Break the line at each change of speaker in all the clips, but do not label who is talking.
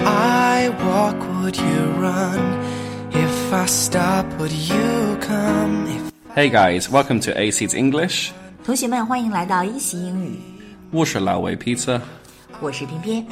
I walk, would you run? If I stop, would you come? If
Hey guys, welcome to AC's English.
同学们，欢迎来到一席英语，
我是老维 Peter.
我是偏偏。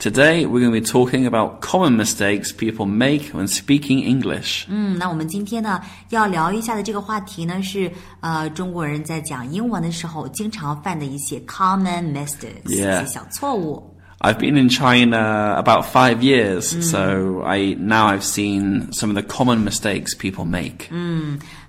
Today we're going to be talking about common mistakes people make when speaking English.
嗯，那我们今天呢要聊一下的这个话题呢是呃中国人在讲英文的时候经常犯的一些 common mistakes，一
Yeah
些小错误。
I've been in China about five years, so I now I've seen some of the common mistakes people make.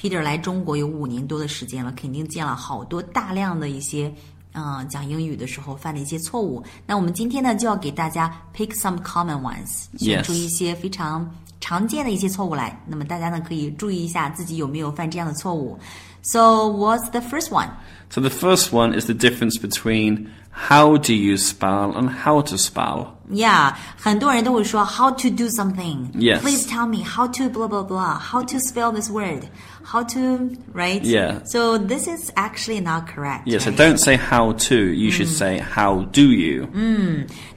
Peter 来中国有五年多的时间了，肯定见了好多大量的一些，嗯、讲英语的时候犯的一些错误。那我们今天呢，就要给大家 pick some common ones，选
Yes
出一些非常常见的一些错误来。那么大家呢，可以注意一下自己有没有犯这样的错误。So what's the first one？
So the first one is the difference between how do you spell and how to spell.
Yeah，很多人都会说 how to do something。
Yes.
Please tell me how to blah blah blah. How to spell this word? How to right?
Yeah.
So this is actually not correct.
Yeah, so
right?
don't say how to, you should say how do you.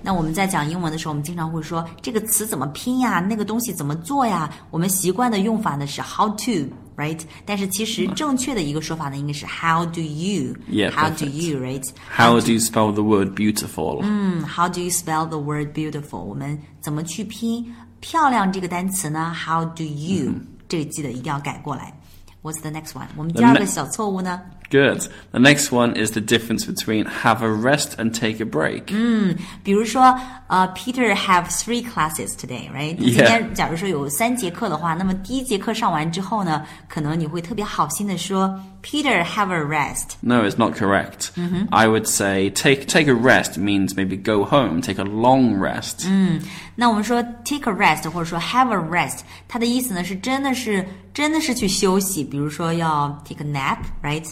那我们在讲英文的时候，我们经常会说这个词怎么拼呀，那个东西怎么做呀？我们习惯的用法呢是 how to，right？但是其实正确的一个说法呢，应该是 how do
Yeah,
you？How do
perfect.
you？right？
How do you spell the word beautiful?
嗯，How do you spell the word beautiful？我们怎么去拼漂亮这个单词呢？How do you？这个记得一定要改过来。What's the next one？我们第二个
ne-
小错误呢？
Good. The next one is the difference between have a rest and take a break.
Mm. 比如说，呃、p e t e r have three classes today，right？、今天假如说有三节课的话，那么第一节课上完之后呢，可能你会特别好心的说，Peter have a rest。
No, it's not correct.
Mm-hmm.
I would say take take a rest means maybe go home, take a long rest.
Mm. 那我们说 take a rest 或者说 have a rest，它的意思呢是真的是真的是去休息，比如说要 take a nap，right？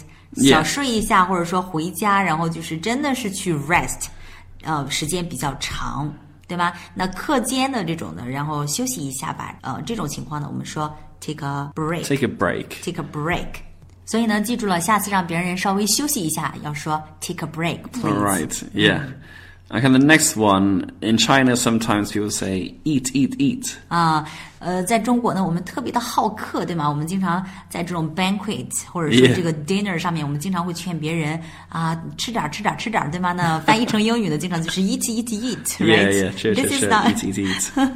小睡一下，或者说回家，然后就是真的是去 rest，呃，时间比较长，对吧？那课间的这种呢，然后休息一下吧，呃，这种情况呢，我们说 take a break，take
Take a break.
a break。所以呢，记住了，下次让别人稍微休息一下，要说 take a Mm.
All
break，please。
right. Yeah. Okay, the next one in China sometimes people say eat eat eat.
啊，呃，在中国呢，我们特别的好客，对吗？我们经常在这种 banquet 或者说
Yeah.
这个 dinner 上面，我们经常会劝别人啊，吃点儿，吃点儿，吃点儿，对吗？那翻译成英语呢，经常就是 eat eat
Yeah, yeah,
eat，right？
sure, sure,
This is
sure.
not
Eat eat eat.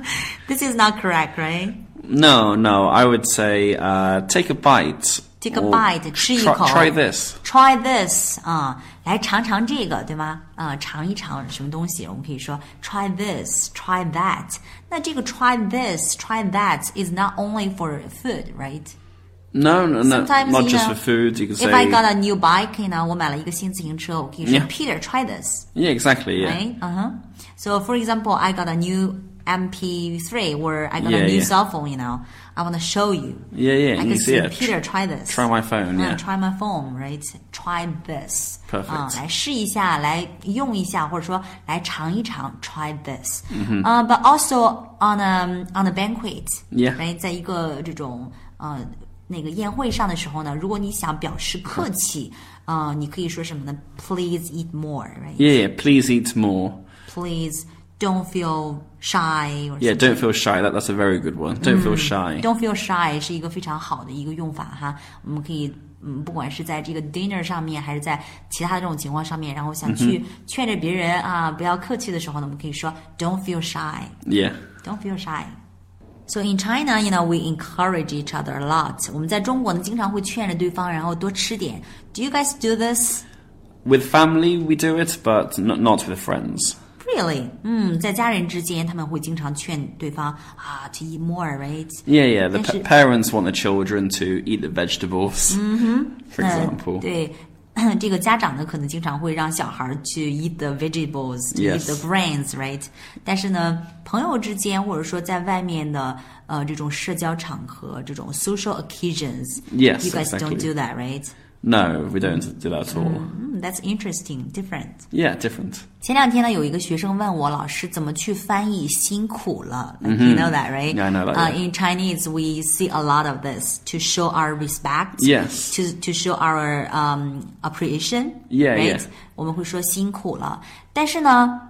this is not correct，right？
No, no, I would say uh, take a bite.
Take a
or
bite,
Oh， Try,
吃一口。
try this.
Try this 啊、来尝尝这个，对吗？啊、尝一尝什么东西？我们可以说 try this, try that。那这个 try this, try that is not only for food, right?
No, no, no.
Sometimes,
not
you
just
know,
for food. You can
If
say.
I got a new bike, you know, 我买了一个新自行车，我可以说
Yeah.
Peter try this,
Yeah, exactly. Yeah.
right? Uh huh. So for example, I got a new MP3 or I got
Yeah,
a new
yeah.
cell phone. You know, I want to show you.
Yeah, yeah.
I
you
can
see,
say
yeah, tr-
Peter try this.
Try my phone.
Yeah,
Yeah.
嗯 try my phone, right? Try this.
Perfect.
啊、来试一下，来用一下，或者说来尝一尝。Try this. 嗯、But also on a on a banquet.
Yeah.
Right，在一个这种呃那个宴会上的时候呢，如果你想表示客气，啊、你可以说什么呢？Please eat more. Right.
yeah, yeah. Please eat more.
Please don't feel shy. Or
Yeah,
something.
don't feel shy. That, that's a very good one. Don't feel shy.
Mm. Don't feel shy 是一个非常好的一个用法哈，我们可以。嗯，不管是在这个 dinner 上面，还是在其他的这种情况上面，然后想去劝着别人啊，不要客气的时候呢，我们可以说 Don't feel shy,
Yeah.
Don't feel shy. So in China, you know, we encourage each other a lot. 我们在中国呢，经常会劝着对方，然后多吃点。Do you guys do this?
With family, we do it, but not, not with friends.
Really? 嗯，在家人之间，他们会经常劝对方啊，to eat more, right?
Yeah, yeah. The
Yes,
pa-
it-
parents want the children to eat the vegetables, for
嗯，
example.
对。 这个家长呢，可能经常会让小孩儿去 eat the vegetables, to eat
Yes.
the grains，right？但是呢，朋友之间或者说在外面的呃这种社交场合，这种 social occasions，you
Yes,
guys don't
exactly.
do that, right?
No, we don't do that at all.
嗯，That's interesting, different.
Yeah, different.
前两天呢，有一个学生问我老师怎么去翻译“辛苦了 ”，You know that, right?
嗯 Yeah, I know that,
Uh,
yeah.
in Chinese, we see a lot of this to show our respect.
Yes.
To to show our um appreciation.
Yeah,
right?
yeah.
我们会说辛苦了，但是呢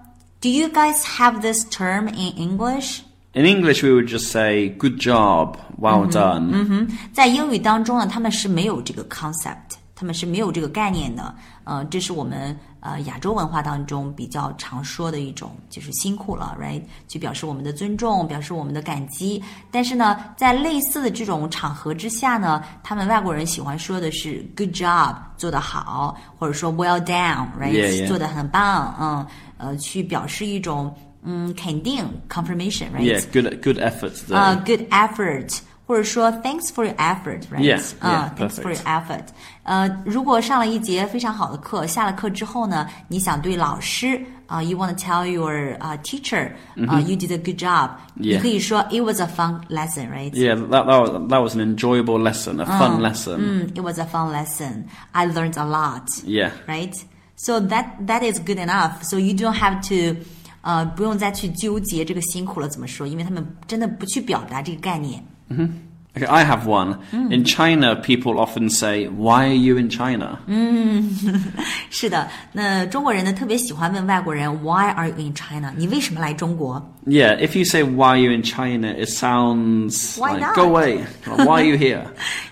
，Do you guys have this term in English?
In English, we would just say "good job," "well
Mm-hmm.
done."
在英语当中呢，他们是没有这个 concept，他们是没有这个概念的。呃，这是我们呃亚洲文化当中比较常说的一种，就是辛苦了，right？去表示我们的尊重，表示我们的感激。但是呢，在类似的这种场合之下呢，他们外国人喜欢说的是 good job，做得好，或者说 well done，right？、
Yeah, yeah.
做得很棒，嗯，呃，去表示一种嗯肯定 confirmation，right？
Yeah, good good efforts there.
啊 g o o d Uh, effort，或者说 thanks for your effort，right？
Yeah,
啊
yeah,
，thanks for your
perfect.
effort。呃，如果上了一节非常好的课，下了课之后呢，你想对老师啊，you want to tell your 啊 teacher 啊，you did a good job，你
Mm-hmm. Yeah.
可以说 it was a fun lesson，right？
yeah, that, that was, that was an enjoyable lesson, a
uh,
fun lesson.
嗯，it Mm, was a fun lesson. I learned a lot.
Yeah.
right? So that that is good enough. So you don't have to，呃，不用再去纠结这个辛苦了怎么说，因为他们真的不去表达这个概念。
Okay, I have one.
Hmm.
In China, people often say, "Why are you in China?"
Hmm. 是的，那中国人呢特别喜欢问外国人 Why are you in China？你为什么来中国？
Yeah, if you say "Why are you in China," it sounds
Why
like
not?
"Go away." Like, Why are you here?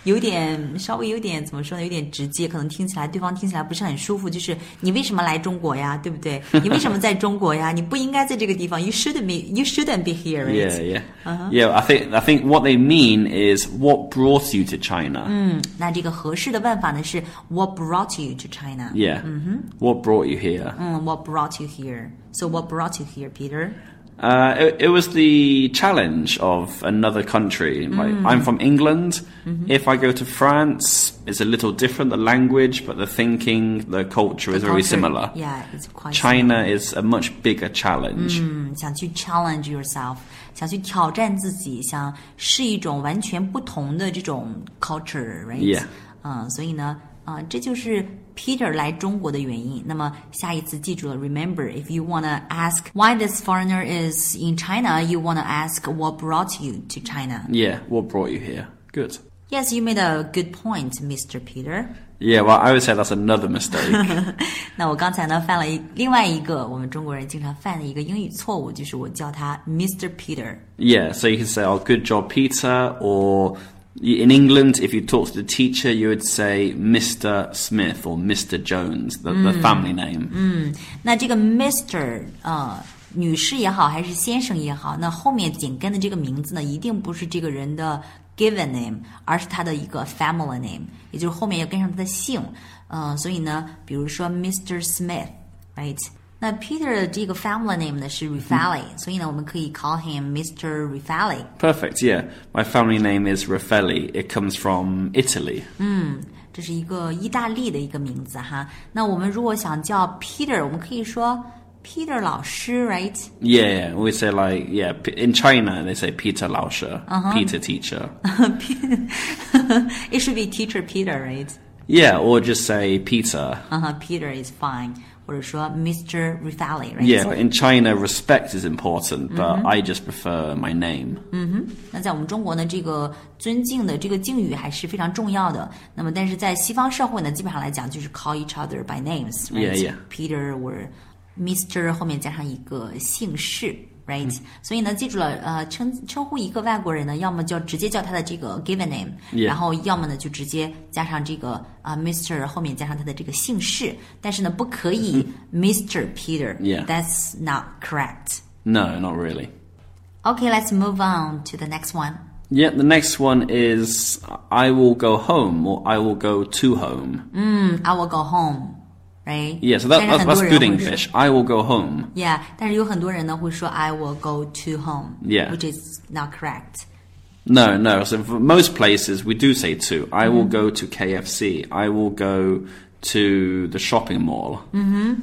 有点稍微有点怎么说呢？有点直接，可能听起来对方听起来不是很舒服。就是你为什么来中国呀？对不 对？你为什么在中国呀？你不应该在这个地方。You shouldn't be. You shouldn't be here. right？Uh-huh.
yeah, yeah, yeah. I think I think what they mean is what brought you to China.
那这个合适的问法呢是 What brought you to China？
Yeah.
Mm-hmm.
What brought you here?
嗯，What brought you here? So what brought you here, Peter?
Uh, it, it was the challenge of another country.
Hmm.
Like, I'm from England.
Mm-hmm.
If I go to France, it's a little different, the language, but the thinking, the culture is very
Culture-
similar.
Yeah, it's quite.
China is a much bigger challenge.
想去 challenge yourself，想去挑战自己，想是一种完全不同的这种 culture，right？、
Yeah.
嗯，所以呢，啊、这就是 Peter 来中国的原因。那么下一次记住了，remember if you wanna ask why this foreigner is in China，you wanna ask what brought you to China。
Yeah, what brought you here? Good.
Yes, you made a good point, Mr. Peter.
Yeah, well, I would say that's another mistake.
那我刚才呢犯了一另外一个我们中国人经常犯的一个英语错误，就是我叫他 Mr. Peter。
yeah, so you can say, oh, good job, Peter, or y- in England, if you talk to the teacher, you would say Mr. Smith or Mr. Jones, the, the family name.
那这个 Mr. 呃，女士也好，还是先生也好，那后面紧跟的这个名字呢，一定不是这个人的 given name，而是他的一个 family name，也就是后面要跟上他的姓。嗯、所以呢，比如说 Mr. Smith，right？那 Peter 的这个 family name 呢是 Rifali，、所以呢，我们可以 call him Mr. Rifali。
Perfect, yeah. My family name is Raffelli. It comes from Italy.
这是一个意大利的一个名字哈。那我们如果想叫 Peter，我们可以说 Peter 老师，right？
Yeah, yeah, we say like, yeah, P- in China they say Peter Lauscher, Peter teacher.
It should be teacher Peter，right？
Yeah, or just say Peter.
嗯哼，Peter Uh-huh, is fine，或者说 Mr. Rifali，right？
Yeah, but in China respect is important, but
Mm-hmm.
I just prefer my name.
那在我们中国呢，这个尊敬的这个敬语还是非常重要的。那么，但是在西方社会呢，基本上来讲就是 call each other by names，right？Peter
Yeah, yeah.
or Mr. 后面加上一个姓氏。Right，、所以
嗯
呢，记住了，呃，称称呼一个外国人呢，要么就直接叫他的这个 given name，、
Yeah.
然后要么呢就直接加上这个啊、Mr. 后面加上他的这个姓氏，但是呢，不可以 Mr. Peter，that's、
嗯 Yeah.
not correct。
No, not really.
Okay，let's move on to the next one。
Yeah, the next one is I will go home or I will go to home.
Mm-hmm. I will go home, right?
Yeah, so that,
但是
that's,
很多
that's
人
good
会
English. I will go home.
Yeah，但是有很多人呢会说 I will go to home.
Yeah.
which is not correct.
No, no. So for most places, we do say to. I
Mm-hmm.
will go to KFC. I will go to the shopping mall.
Mm-hmm.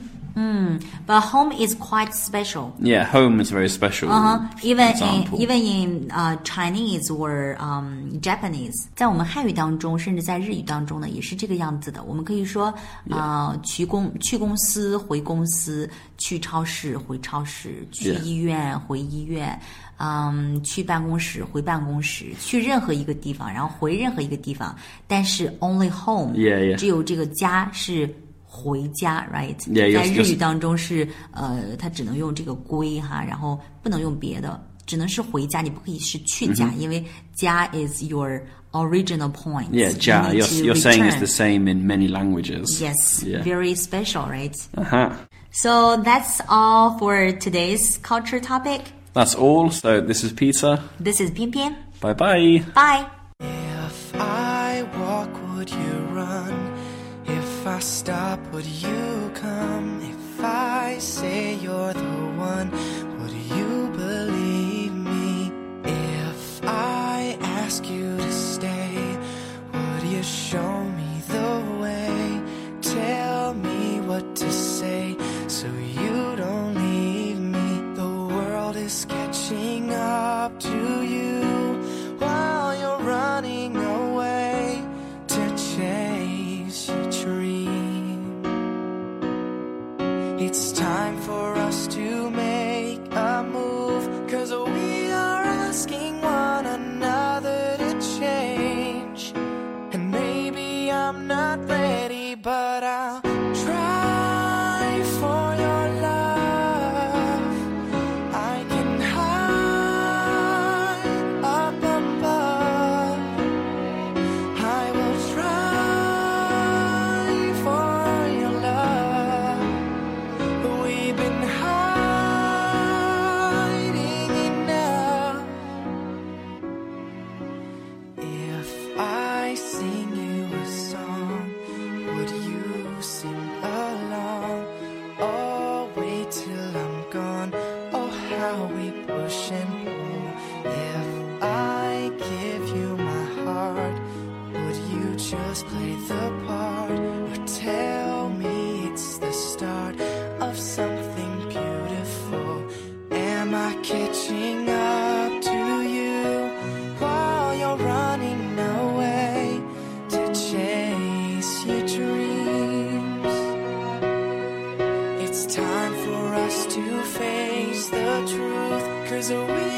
But home is quite special.
Yeah, home is very special.
Uh, even in
example.
even in uh, Chinese or um, Japanese，在我们汉语当中，甚至在日语当中呢，也是这个样子的。我们可以说，呃，去公去公司回公司，去超市回超市，去
Yeah.
医院回医院，嗯，去办公室回办公室，去任何一个地方，然后回任何一个地方。但是 only home，
Yeah, yeah.
只有这个家是。回家，right？
Yeah,
在
yes,
日语
yes.
当中是呃，它只能用这个归哈，然后不能用别的。只能是回家，你不可以是去家，因为家 is your original point.
Yeah, ja.
You need
You're,
to
you're saying it's the
return.
same in many languages.
Yes,
Yeah.
very special, right?
Uh-huh.
So that's all for today's culture topic.
That's all. So this is Peter.
This is Pian Pian.
Bye bye.
Bye.
If I walk, would you run? If I stop, would you come? If I say you're the one, would you believe me? If I ask you to stay, would you show me the way? Tell me what to say so you don't leave me. The world is catching up to you while you're running away to chase your dream. It's time for us to make a move, cause we are asking one another to change. And maybe I'm not ready, but I'll try for your love. I can hide up above. I will try for your love. We've been hiding enough. If I sing you a song, would you sing along? Or wait till I'm gone? Oh, how we push and pull. If I give you my heart, would you just play the part? Or tell me it's the start of something beautiful? Am I catching up to you? while you're running away to chase your dreams. It's time for us to face the truth, cause we Ah, ah, ah,